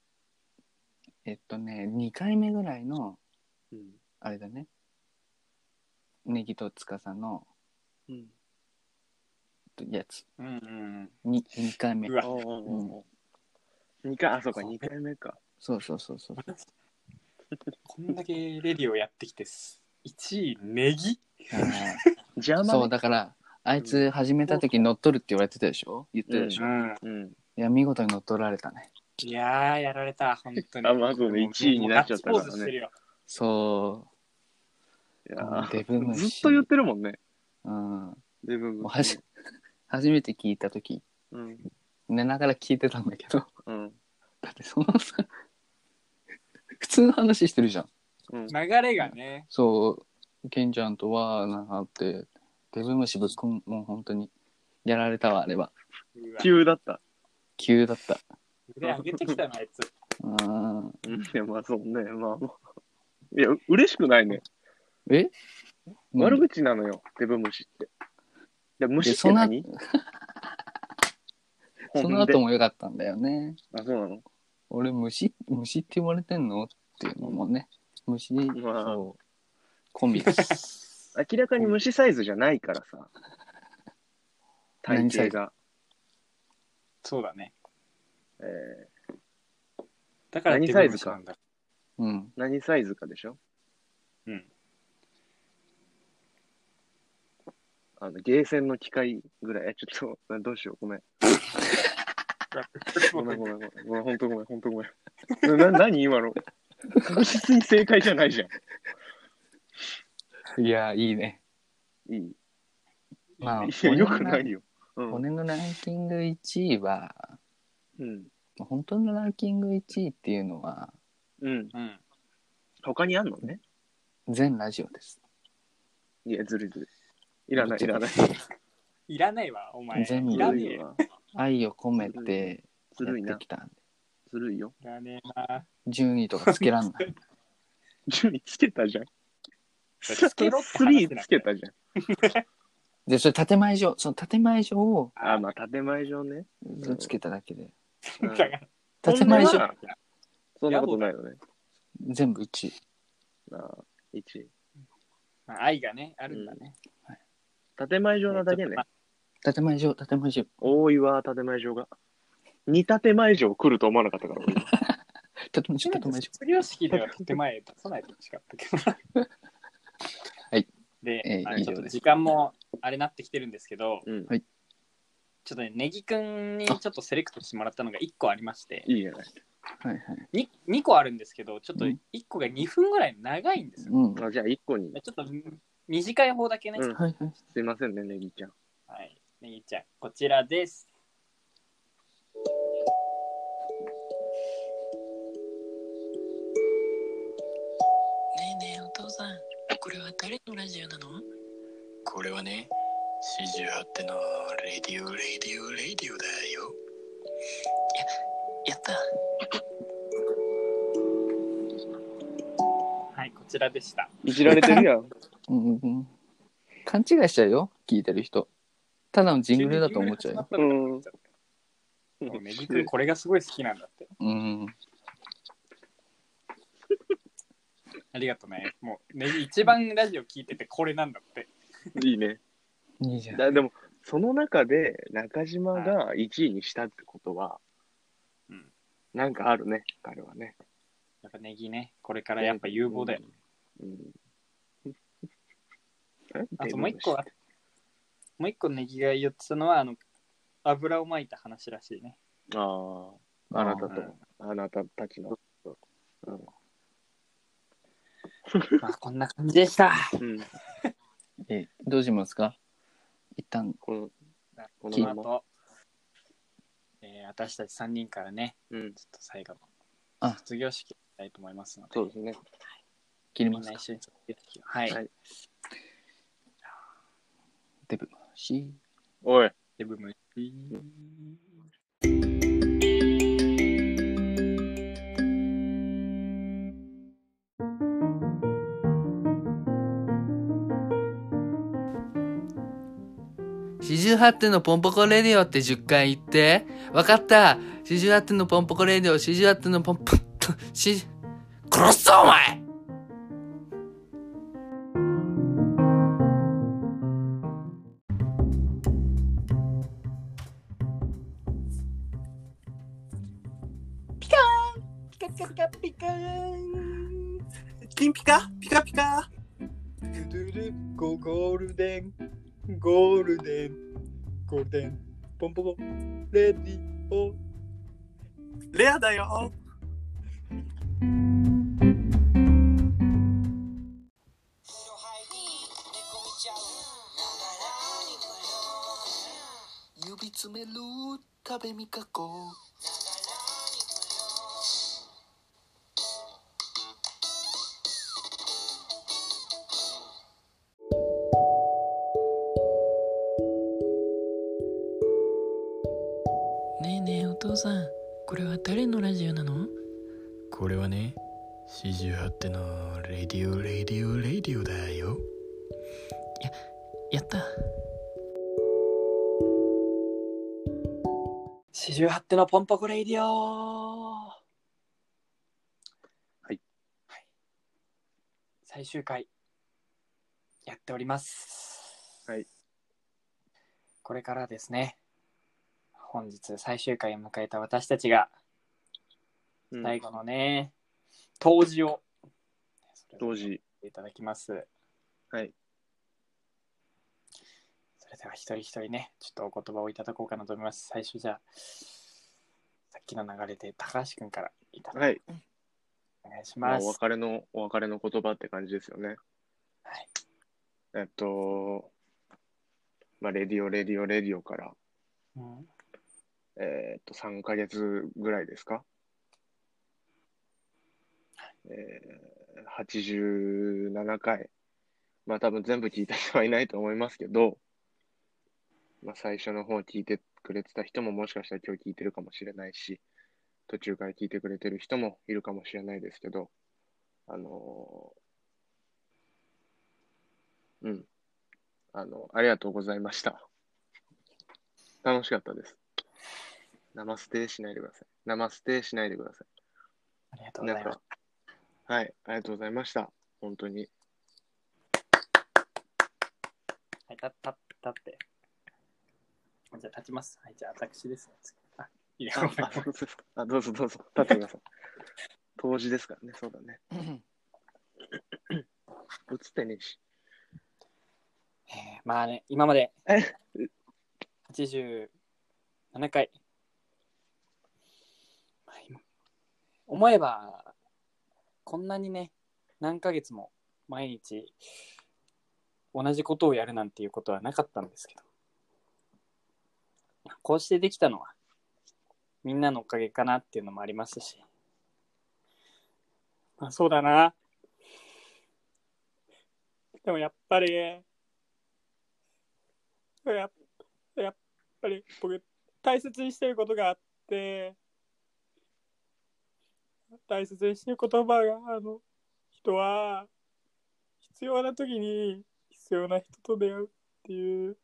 S3: えっとね、2回目ぐらいの、
S2: うん
S3: あれだね。ネギとつかさの
S2: うん。
S3: やつ。
S1: うんうん
S3: に2回目
S1: う。わ
S3: うん
S2: 2回、あ、そうか、2回目か。
S3: そうそうそ
S2: <laughs>
S3: うそう。
S1: こんだけレディをやってきてす1位ネギ
S3: あー
S2: 邪魔。
S3: そうだからあいつ始めた時乗っ取るって言われてたでしょ言ってたでしょ、
S1: うん
S2: うん。
S3: いや見事に乗っ取られたね
S1: いやーやられた本当に
S2: あ、まずね、1位になっちゃった
S1: もう
S2: か
S1: ガッツポーズし
S2: ら
S1: てる
S2: ね。
S1: よ
S3: そ
S2: いや
S3: デブ
S2: ーず
S3: 虫
S2: っと言ってるもんね。
S3: ううん
S2: デブ
S3: もうは
S2: 虫
S3: じ。 <laughs> 初めて聞いた時
S2: うん。
S3: <laughs> 寝ながら聞いてたんだけど
S2: うん。
S3: だってそのさ普通の話してるじゃん。
S1: 流れがね、
S3: そう、ケンちゃんとは、なんかあって、デブ虫ぶっこん、もう本当に、やられたわ、あれは。
S2: 急だった。
S3: 急だった。
S1: 腕上げてきたな、あいつ。
S3: うん。
S2: ね、まあそうね、まあまあ。いや、う嬉しくないね。
S3: え
S2: 悪口なのよ、デブ虫って。で虫って何ほんで
S3: <laughs> その後も良かったんだよね。
S2: あ、そうなの
S3: 俺、虫、虫って言われてんのっていうのもね。虫、そう、コンビです。
S2: 明らかに虫サイズじゃないからさ。体
S3: 何サ
S2: 型
S3: イズ
S2: が。
S1: そうだね。
S2: え
S1: だ
S2: ー、
S1: から
S2: 何
S1: デ
S2: サイ
S1: ブ虫
S2: ズ
S1: な
S2: か
S1: んだ。。
S3: うん。
S2: 何サイズかでしょ
S1: うん。
S2: あの、ゲーセンの機械ぐらい。えちょっと <laughs> な、どうしよう、ごめん。ごめん、ごめん、ごめん。ごめん、ほんとごめん、ほんとごめん。
S3: <laughs>
S2: な、何今の。確実に正解じゃないじゃ
S3: いや、いいね。
S2: ん。いい。
S3: まあ、
S2: いや、よくないよ。
S3: 俺のランキング1位は、
S2: うん。
S3: 本当のランキング1位っていうのは、
S2: うん。
S1: <laughs> うん。
S2: 他にあんのね。
S3: 全ラジオです。
S2: いや、ずるいずるい。いらない、いらない。
S1: いらないわ、お前。
S3: 全部
S1: いらねえよ。
S3: 愛を込めて
S2: ずるい
S3: や
S2: な
S3: ってきたんで。
S2: ずるいよ。
S1: いらねえな。
S3: 順位とかつけら
S2: <laughs>
S3: んない。
S2: 順位つけたじゃん。
S1: つけろって
S2: ス
S1: 話
S2: リ
S1: だ
S2: ーつけたじゃん。
S3: で、それ建前上、その建前上を
S2: あ、まあ、建前上ね。
S3: つけただけで、
S2: うん
S1: だから
S3: 建前上、
S2: そんなことないよね。
S3: 全部1位。
S2: なあ、一位。
S1: まあ愛がね、あるんだね。
S2: 建前上なだけね。
S3: 建前上、建前上。
S2: 大岩建前上が。二建前上来ると思わなかったから、俺
S3: 建前上、建前上。
S1: 卒業式では手前出さないと欲しかったけど。
S3: はい。
S1: で、
S3: えー
S1: あの
S3: 以
S1: ちょっ
S3: 上
S1: と
S3: です
S1: 時間もあれなってきてるんですけど、
S2: うん
S3: はい
S1: ちょっとね、ネギくんにちょっとセレクトしてもらったのが1個ありまして、
S2: いいじゃない。
S3: はいはい。
S1: 2, 2個あるんですけど、ちょっと
S3: う
S1: 1
S3: ん
S1: 個が2分ぐらい長いんですよ。
S3: うん。
S2: あじゃあ、一個に。
S1: ちょっと短い方だけね、
S2: うん
S3: はいはい。
S2: すいませんね、ネギちゃん。
S1: はい。ネギちゃん、こちらです。
S8: ねえねえお父さんこれは誰のラジオなの
S9: これはね、48ってのレディオ、レディオ、レディオだよ。
S8: やった
S1: はい、こちらでした。
S2: いじられてるやん。
S3: うんうん、勘違いしちゃうよ、聞いてる人。ただのジングルだと思っちゃう
S2: <laughs>
S3: よ。
S2: うん。
S1: そうネギくん、これがすごい好きなんだって。
S3: うん。
S1: ありがとうね。もう、ネギ一番ラジオ聞いてて、これなんだって。
S2: いいね。
S3: いいじゃん。
S2: だで <laughs> も、その中で中島が1位にしたってことは、
S1: うん
S2: なんかあるね、彼はね。
S1: やっぱネギね、これからやっぱ有望だよ。
S2: うん。
S1: <laughs> あともう一個は、もう一個ネギが言ってたのは、あの、油をまいた話ら
S3: <laughs>
S1: しいね。
S2: ああ、あなたと、あなたたちの。うん
S1: まあ、こんな感じでした。
S2: うん、
S3: え、どうしますか一旦、
S2: この、
S1: こ
S3: の
S1: の
S3: まま
S1: 後、えー私たち3人からね、
S2: うん、
S1: ちょっと最後の
S3: あ
S1: 卒業式やりたいと思いますので、
S2: そうですね。
S3: 切り
S1: み
S3: ま
S1: ん
S3: す
S1: な
S3: か
S1: 一緒に卒業式を。はい。
S2: はい
S3: デブ。し
S2: おい、、
S1: で、ブーム。
S18: 四十八点のポンポコレディオって10回言って。わかった。四十八点のポンポコレディオ、四十八点のポンポ、と、し、殺すぞお前
S16: ピカーンピカピカピカピカーン
S5: 金ピカピカピカ
S12: ドゥドゥドゥゴゴールデンゴールデンゴールデンポンポコレディオ
S5: レアだよ
S8: 指詰める食べみかこ
S19: さん、これは誰のラジオなの
S9: これはね48手のレディオレディオレディオだよ
S19: やった。
S1: 四十八手のポンポコレイディオはい最終回やっております
S2: はい
S1: これからですね本日最終回を迎えた私たちが
S2: うん
S1: 最後のね、当時を
S2: 同時。
S1: いただきます
S2: はい。
S1: それでは一人一人ねちょっとお言葉をいただこうかなと思います最初じゃあさっきの流れで高橋君からいただき
S2: はい。
S1: お願いし
S2: ま
S1: ま
S2: あ、
S1: す
S2: お別れの、お別れの言葉って感じですよね。えっと、まあ、レディオ、レディオ、レディオから、
S1: うん
S2: えーっと、3ヶ月ぐらいですか。えー、87回。まあ、多分全部聞いた人はいないと思いますけど、まあ、最初の方聞いてくれてた人ももしかしたら今日聞いてるかもしれないし、途中から聞いてくれてる人もいるかもしれないですけど、あのーうん。あの、ありがとうございました。楽しかったです。生ステイしないでください。生ステイしないでください。
S1: ありがとうございます。
S2: はい、ありがとうございました。本当に。
S1: はい、たたたって。じゃあ、立ちます。はい、じゃあ、私ですね。次 <laughs> あ、いや、
S2: ああそうですかあどうぞどうぞ、立ってください。当時ですからね、そうだね。映ってねえし。
S1: まあね、今まで87回。まあ今思えば、こんなにね、何ヶ月も毎日同じことをやるなんていうことはなかったんですけど、こうしてできたのは、みんなのおかげかなっていうのもありますし、まあそうだな。でもやっぱり、ややっぱり僕大切にしてることがあって大切にしてる言葉があの人は必要な時に必要な人と出会うっていう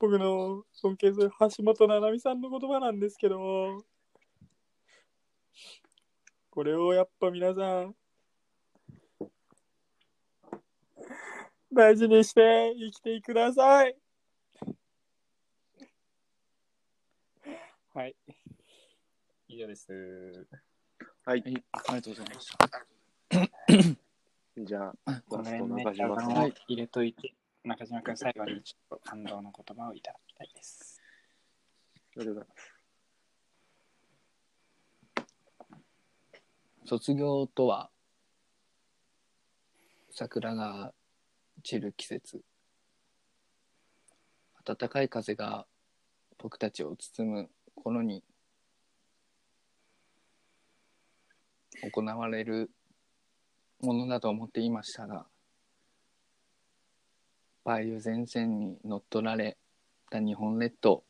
S1: 僕の尊敬する橋本七海さんの言葉なんですけどこれをやっぱ皆さん大事にして生きてください。はい。以上です。
S2: はい。
S3: ありがとうございました。
S2: じゃ
S3: あ、
S1: ごめ
S2: ラスト
S1: んね、
S2: 中島さん
S1: あの入れといて、中島君、最後にちょっと感動の言葉をいただきたいです。
S2: ありがとうございます。
S3: 卒業とは桜が散る季節暖かい風が僕たちを包む頃に行われるものだと思っていましたが梅雨前線に乗っ取られた日本列島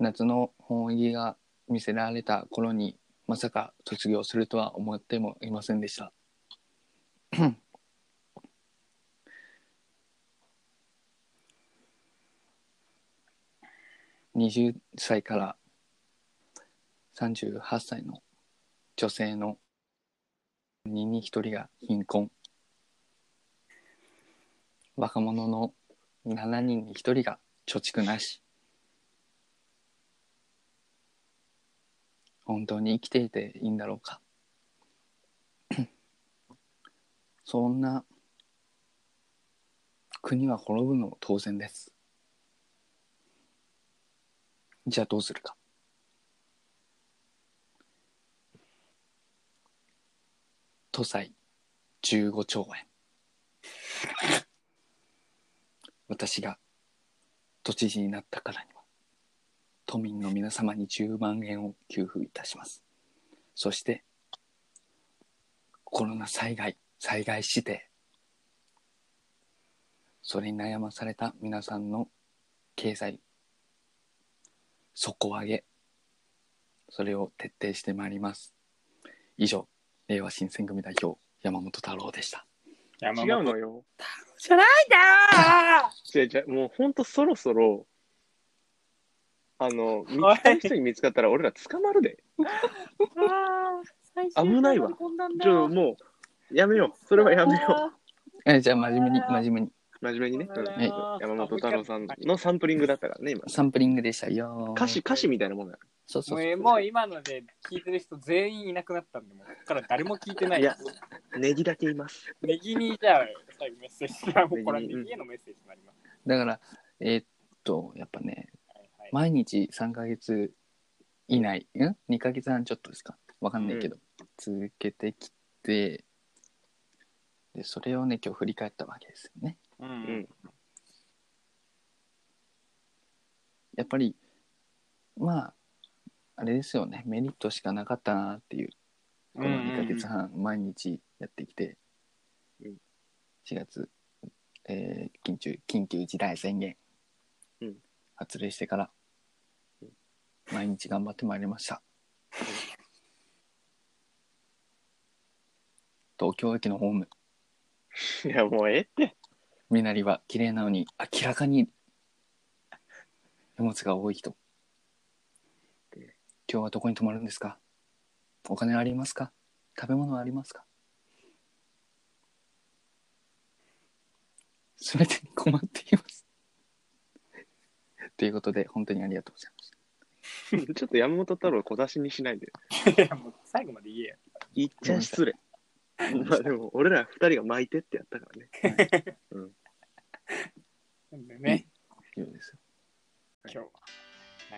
S3: 夏の本意が見せられた頃にまさか卒業するとは思ってもいませんでした。20歳から38歳の女性の2人に1人が貧困若者の7人に1人が貯蓄なし本当に生きていていいんだろうか <coughs> そんな国は滅ぶのも当然ですじゃあどうするか都債15兆円私が都知事になったからには都民の皆様に10万円を給付いたしますそしてコロナ災害災害指定それに悩まされた皆さんの経済底上げ。それを徹底してまいります。以上、令和新選組代表、山本太郎でした。
S2: 違うのよ。
S20: じゃないだろ
S2: 違う違う、もうほんとそろそろ、あの、見つかる人に見つかったら俺ら捕まるで。
S20: ー
S2: 危ないわ。ちょ、もう、やめよう。それはやめよ
S3: えじゃあ真面目に、真面目に。
S2: う。真面目にね。うん
S3: はい
S2: 山本太郎さんのサンプリングだったからね、今。
S3: サンプリングでしたよ。
S2: 歌詞、歌詞みたいなもんだよ。
S3: そうそう
S1: もうもう今ので聞いてる人全員いなくなったんで、もうここから誰も聞いてない。
S2: いや、ネギだけいます。
S1: ネギにじゃあ、最後メッセージ。もうこれはネギへのメッセージになります。
S3: だから、えーっと、やっぱね、毎日3ヶ月以内、ん ?2 ヶ月半ちょっとですかわかんないけど、続けてきて、で、それをね、今日振り返ったわけですよね。
S2: うん。
S3: やっぱり、まあ、あれですよね、メリットしかなかったなっていう、この
S2: うんうんうん
S3: 2ヶ月半、毎日やってきて、
S2: うん
S3: 4月、えー緊急、緊急事態宣言
S2: うん、
S3: 発令してから、毎日頑張ってまいりました。東京駅のホーム。
S2: いや、もうええって。
S3: 身なりは綺麗なのに、明らかに荷物が多い人。今日はどこに泊まるんですかお金ありますか食べ物はありますかすべてに困っています。ということで、本当にありがとうございまし
S2: <laughs>
S3: た。
S2: ちょっと山本太郎小出しにしないで。
S1: 最後まで言えよ。
S2: 言っちゃ失礼。まあでも、俺ら二人が巻いてってやったからね。うん。
S1: なんでね、
S3: 以上ですよ。
S1: 今日は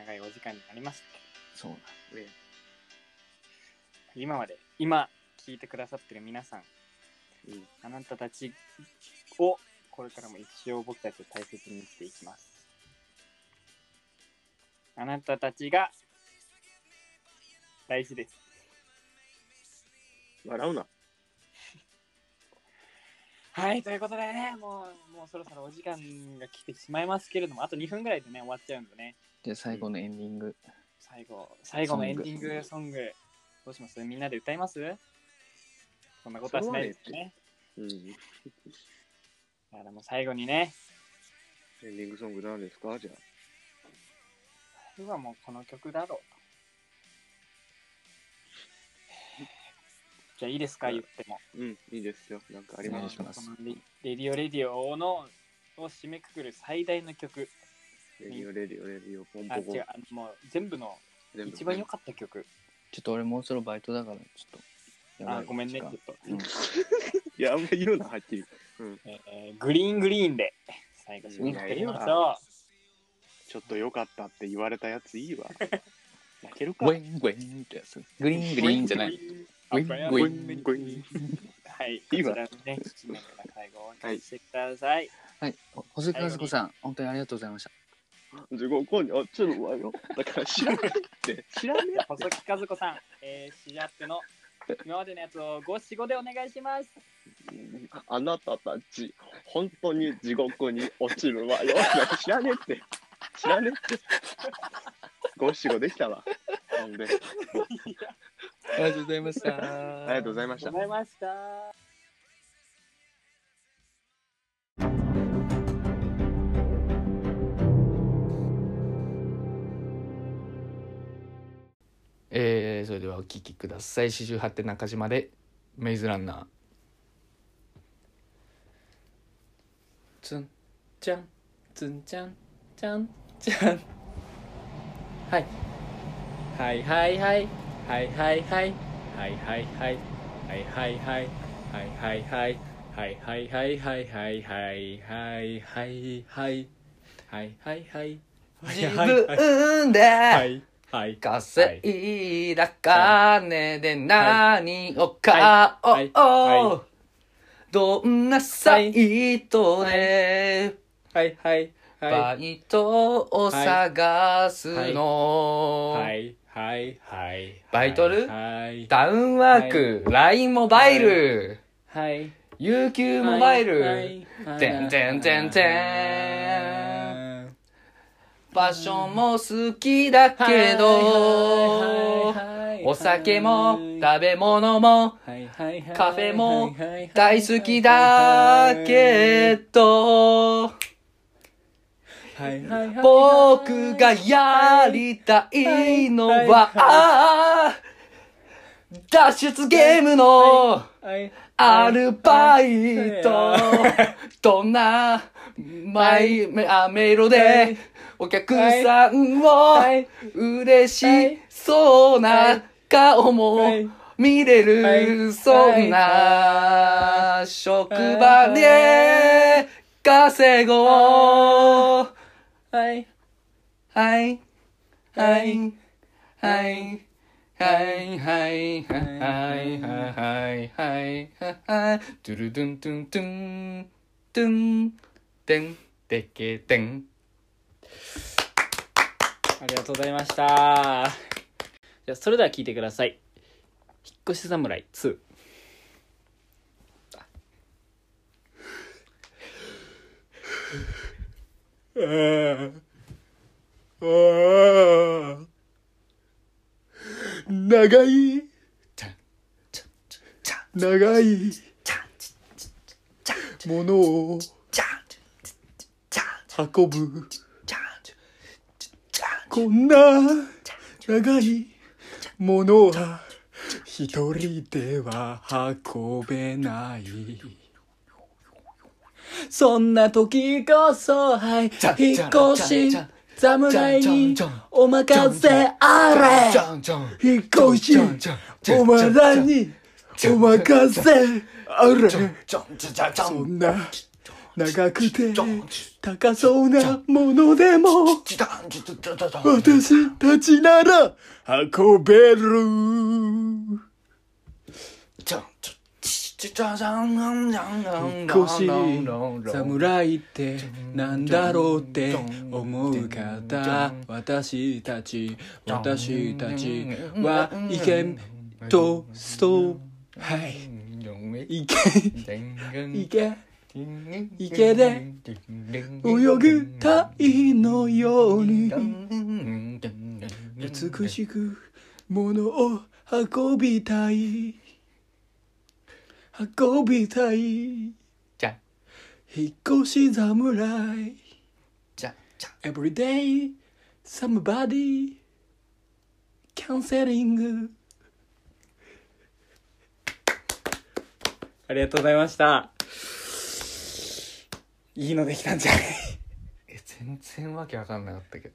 S1: 長いお時間になりました。
S3: そうなん
S2: ですね。
S1: 今まで今聞いてくださってる皆さん、あなたたちをこれからも一生僕たちを大切にしていきますあなたたちが大事です
S2: <laughs> 笑うな。
S1: はいということでねもうもうそろそろお時間が来てしまいますけれどもあと2分ぐらいでね終わっちゃうんでね
S3: じゃあ最後のエンディング。
S1: 最後最後のエンディングソングどうしますみんなで歌いますそんなことはしないですよね
S2: うん。
S1: だからもう最後にね
S2: エンディングソング何ですかじゃあ。
S1: 僕はもうこの曲だろうじゃあいいですか言っても。
S2: うん、いいですよ。なんかありますか
S1: このレレディオレディオのを締めくくる最大の曲。
S2: レディオレディオレディオポン
S1: あ、
S2: ポコ
S1: 違う、あのもう全部の
S2: 全部
S1: 一番良かった曲。
S3: ちょっと俺もうそろバイトだから、ちょっと。
S1: あ、ごめんね、ちょっと。
S2: いや、あんまり言うな、はっきり。うん。
S1: えーグリーングリーンで最後締めくくりましょ
S2: ちょっと良かったって言われたやついいわ。泣ける
S3: ウ
S2: か。
S3: ェンウェンってやつ。グリーングリーンじゃない。ウェンウェン。
S1: う。はい、こ
S3: い
S1: ち
S3: いわ
S1: らのね、締めから最後お聞きしてください。
S3: はい、細川和子さん、本当にありがとうございました。
S2: 自己購入、あ、ちょっとわよ。だから知らないって。 <laughs> 知らねえ
S1: 細木和子さん、えー、シジャップの今までのやつを五七五でお願いします。
S2: あなたたち、本当に地獄に落ちるわよ。 <laughs> なんか知らねえって。知らねえって。五七五できたわ。ほんで。
S3: ありがとうございました。
S2: ありがとうございました。
S1: ございました。
S21: えー、それではお聞きください四十八手中島でメイズランナーつんちゃんつんちゃんちゃんちゃんはいはいはいはいはいはいはいはいはいはいはいはいはいはいはいはいはいはいはいはいはいはいはいはいはいはいはい
S18: 自分で
S21: はい
S18: 稼いだ金で何を買おうどんなサイトで
S21: はいはい
S18: バイトを探すの
S21: はいはいはい
S18: バイトル
S21: はい
S18: ダウンワーク LINE モバイル
S21: はい
S18: UQ モバイ
S21: は
S18: ル
S21: いはい
S18: てんてんてんてん
S17: 場所も好きだけど
S18: はい
S17: お酒も食べ物もカフェも大好きだけど僕がやりたいのは脱出ゲームのアルバイトどんなマイあメロでお客さんを嬉しそうな顔も見れるそんな職場で稼ごう
S18: はい
S17: はいはいはいはいはいはいはいはいはいドゥルドゥンドゥンドゥンドゥンデンデケデン
S1: ありがとうございました。じゃあ、それでは聞いてください。引っ越し侍2。
S7: 長い長いものを運ぶこんな長いものは一人では運べない
S18: そんな時こそ、はい、引っ越し侍にお任せあれ
S7: 引っ越しお前らにお任せあれそんな長くて高そうなものでも私たちなら運べる
S18: 引
S7: っ越し侍ってなんだろうって思う方私たち私たちは意見とストはい意見意見池で泳ぐタイのように美しく物を運びたい運びたい
S17: じゃ
S7: 引っ越し侍
S17: じゃ
S7: Every day somebody canceling
S1: ありがとうございました。いいのできたんじゃない
S22: 全然わけわかんなかったけど